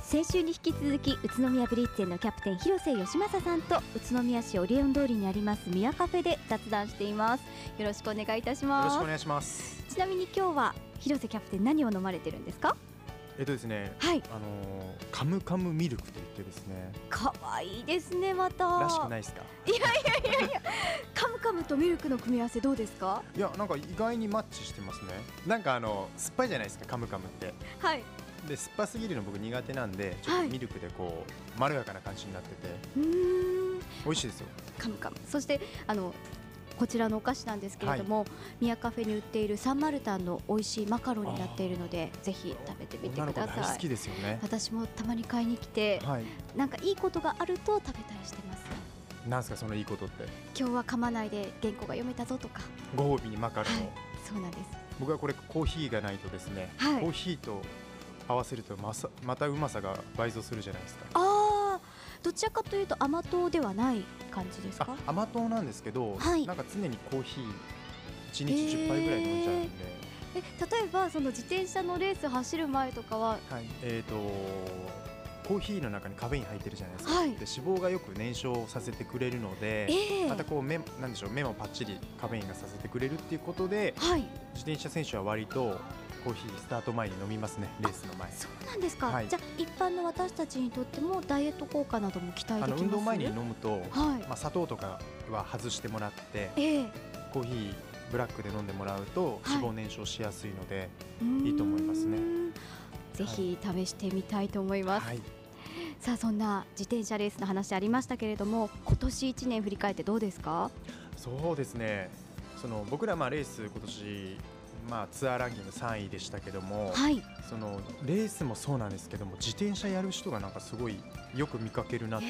先週に引き続き宇都宮ブリッツェのキャプテン広瀬義正さんと宇都宮市オリオン通りにあります宮カフェで雑談していますよろしくお願いいたしよろしくおま願いします。すちなみに今日は広瀬キャプテン何を飲まれてるんですかえっとですね、はいあのーカムカムミルクと言ってですね、可愛いですねまたらしくないですか。カムカムとミルクの組み合わせどうですかいやなんか意外にマッチしてますね。なんかあの酸っぱいじゃないですかカムカムって。はいで酸っぱすぎるの僕苦手なんで、ちょっはといミルクでこうまろやかな感じになっててうーん美味しいですよ。カムカムそしてあのこちらのお菓子なんですけれども、宮カフェに売っているサンマルタンの美味しいマカロンになっているのでぜひ食べてみて女くの子だ大さ好いきですよね。私もたまに買いに来てはい。なんかいいことがあると食べたりしてますなんですかそのいいことって。今日は噛まないで原稿が読めたぞとかご褒美にマカロンを。はいそうなんです僕はこれコーヒーがないとですね、はいコーヒーと合わせるとまさまたうまさが倍増するじゃないですか。あーどちらかというと甘党ではない感じですかあ甘党なんですけど、はいなんか常にコーヒー1日10杯ぐらい飲んじゃうんで、え例えばその自転車のレース走る前とかははいえー、とコーヒーの中にカフェイン入ってるじゃないですか、はいで脂肪がよく燃焼させてくれるので、ええまたこう目なんでしょう目もパッチリカフェインがさせてくれるっていうことではい自転車選手は割とコーヒースタート前に飲みますねレースの前そうなんですか、はいじゃあ一般の私たちにとってもダイエット効果なども期待あできのます運動前に飲むと、はい、まあ、砂糖とかは外してもらってええコーヒーブラックで飲んでもらうとはい脂肪燃焼しやすいので、うーんいいと思いますねぜひ試してみたいと思います、はいさあそんな自転車レースの話ありましたけれども今年1年振り返ってどうですかそうですね、その僕らまあレース、今年まあツアーランキング3位でしたけども、はいそのレースもそうなんですけども、自転車やる人がなんかすごいよく見かけるなと、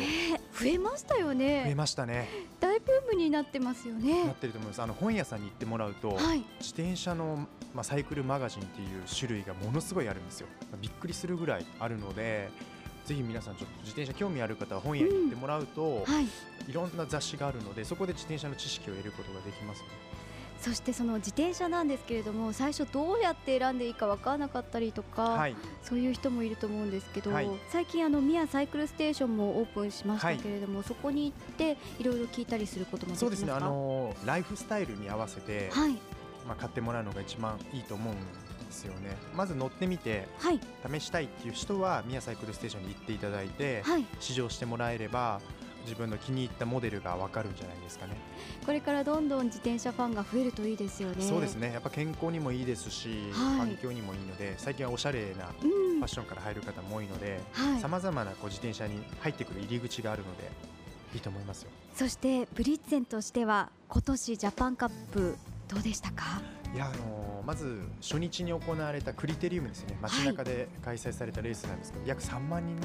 増えましたよ増えねましたね、大ブームになってますよなっねてると思います、あの本屋さんに行ってもらうと、はい自転車の、まあ、サイクルマガジンっていう種類がものすごいあるんですよ、びっくりするぐらいあるので、ぜひ皆さん、ちょっと自転車興味ある方は本屋に行ってもらうと、はいいろんな雑誌があるので、そこで自転車の知識を得ることができますね。そしてその自転車なんですけれども最初どうやって選んでいいか分からなかったりとか、はいそういう人もいると思うんですけど、はい最近あのミアサイクルステーションもオープンしましはたいけれども、そこに行っていろいろ聞いたりすることもできそまうですすね、かあのライフスタイルに合わせて、はいまあ、買ってもらうのが一番いいと思うんですよね。まず乗ってみてはい試したいっていう人はミヤサイクルステーションに行っていただいて、はい試乗してもらえれば自分の気に入ったモデルがわかるんじゃないですかね。これからどんどん自転車ファンが増えるといいですよねそうですね、やっぱ健康にもいいですし、はい環境にもいいので、最近はおしゃれなフうんァッションから入る方も多いので、はいさまざまなこう自転車に入ってくる入り口があるのでいいと思いますよ。そしてブリッツェンとしては今年ジャパンカップどうでしたかいやあのーまず初日に行われたクリテリウムですね、街中で開催されたレースなんですけど、約3万人、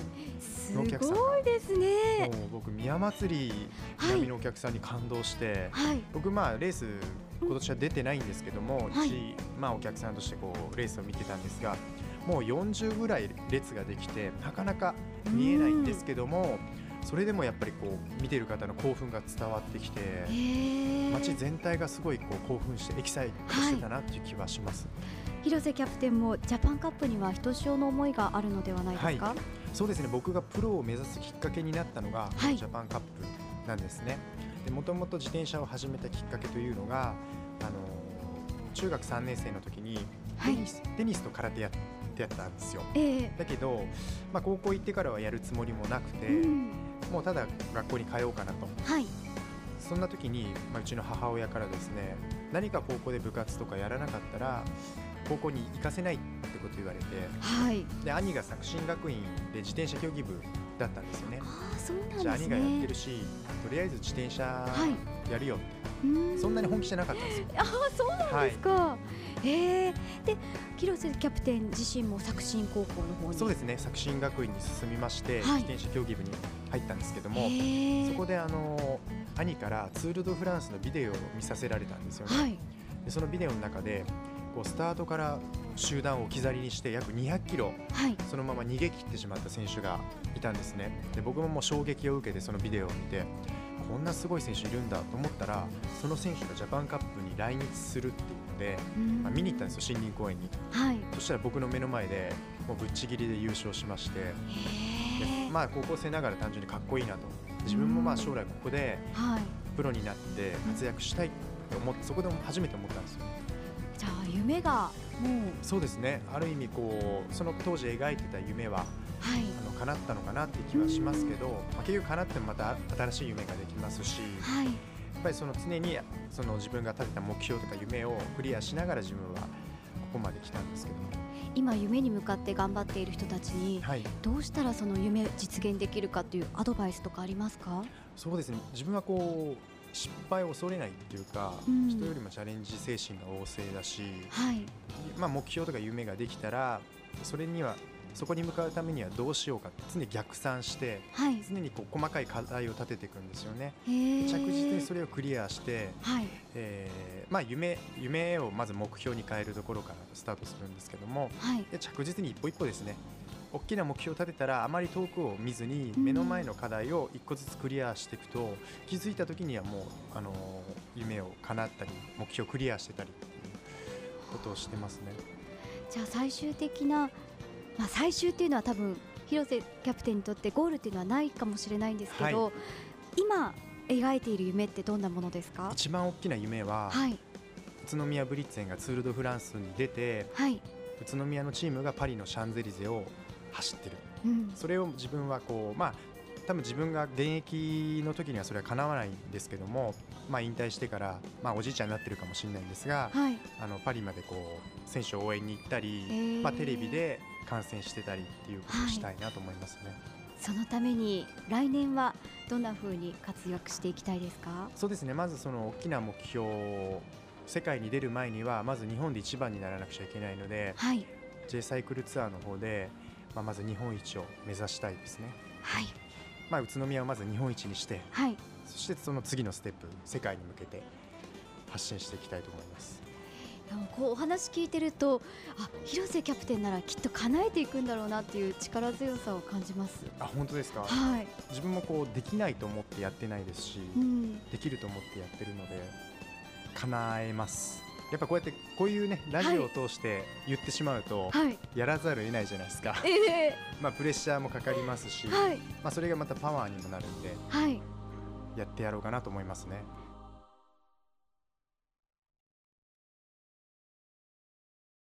すお客さんがごいですねもう僕、宮祭り並みのお客さんに感動して、はい僕、まあ、レース、今年は出てないんですけども、はい一まあ、お客さんとしてこうレースを見てたんですが、もう40ぐらい列ができて、なかなか見えないんですけども、それでもやっぱりこう見てる方の興奮が伝わってきて。へー街全体がすごいこう興奮してエキサイトしてたなっていう気はします。広瀬キャプテンもジャパンカップにはひとしおの思いがあるのではないですか、はそうですね僕がプロを目指すきっかけになったのが、はいジャパンカップなんですねでもともと自転車を始めたきっかけというのが、あのー中学3年生の時にはテいニス,、テニスと空手やってやったんですよええだけど、まあ、高校行ってからはやるつもりもなくて、うん、もうただ学校に通おうかなとはいそんな時に、まあ、うちの母親からですね何か高校で部活とかやらなかったら高校に行かせないってこと言われてはいで兄が作新学院で自転車競技部だったんですよねああそうなんですじねゃあ兄がやってるし、とりあえず自転車やるよ、うんそんなに本気じゃなかったんですよ。ああそうなんはでいす、か、へえで広瀬キャプテン自身も作新高校の方にそうですね、作新学院に進みましはいて、自転車競技部に入ったんですけども、へえそこであの兄からツール・ド・フランスのビデオを見させられたんですよね。はいでそのビデオの中でこうスタートから集団を置き去りにして約200キロはいそのまま逃げ切ってしまった選手がいたんですねで僕ももう衝撃を受けてそのビデオを見てこんなすごい選手いるんだと思ったらその選手がジャパンカップに来日するっていうので、うんまあ、見に行ったんですよ森林公園にはいそしたら僕の目の前でもうぶっちぎりで優勝しまして、でへーまあ高校生ながら単純にかっこいいなと自分もまあ将来ここではいプロになって活躍したいって思ってそこでも初めて思ったんですよじゃあ夢がもうそうですねある意味こうその当時描いてた夢ははいあの叶ったのかなって気はしますけど、まあ、結局叶ってもまた新しい夢ができますしやはいっぱりその常にその自分が立てた目標とか夢をクリアしながら自分はここまで来たんですけど今夢に向かって頑張っている人たちにはいどうしたらその夢実現できるかというアドバイスとかありますかそうですね自分はこう失敗を恐れないっていうか、うん人よりもチャレンジ精神が旺盛だし、はいまあ、目標とか夢ができたらそれにはそこに向かうためにはどうしようかって常に逆算してはい常にこう細かい課題を立てていくんですよね。へー着実にそれをクリアしてはいえーまあ、夢夢をまず目標に変えるところからスタートするんですけどもはいで着実に一歩一歩ですね大きな目標を立てたらあまり遠くを見ずにうん目の前の課題を一個ずつクリアしていくと気づいた時にはもう、あのー夢を叶ったり目標をクリアしてたりっていうことをしてますね。じゃあ最終的な、まあ、最終っていうのは多分広瀬キャプテンにとってゴールっていうのはないかもしれないんですけど、は今描いている夢ってどんなものですか一番大きな夢は、はい宇都宮ブリッツェンがツール・ド・フランスに出てはい、宇都宮のチームがパリのシャンゼリゼを走ってるうん、それを自分はこうまあ多分自分が現役の時にはそれは叶わないんですけども、まあ、引退してから、まあ、おじいちゃんになってるかもしれないんですがはいあのパリまでこう選手を応援に行ったり、へーまあ、テレビで観戦してたりっていうことをしたいなと思いますね。そのために来年はどんな風に活躍していきたいですかそうですねまずその大きな目標世界に出る前にはまず日本で一番にならなくちゃいけないのではい J サイクルツアーの方で、まあ、まず日本一を目指したいですね、はいまあ、宇都宮をまず日本一にしてはいそしてその次のステップ世界に向けて発信していきたいと思いますでもこうお話聞いてるとあ広瀬キャプテンならきっと叶えていくんだろうなっていう力強さを感じますあ本当ですかはい、自分もこうできないと思ってやってないですし、うん、できると思ってやってるので叶えますやっぱこうやってこういうねラジオを通して言ってしまうと、はいやらざるを得ないじゃないですかえまあプレッシャーもかかりますし、ー、はいまあ、それがまたパワーにもなるんではいやってやろうかなと思いますね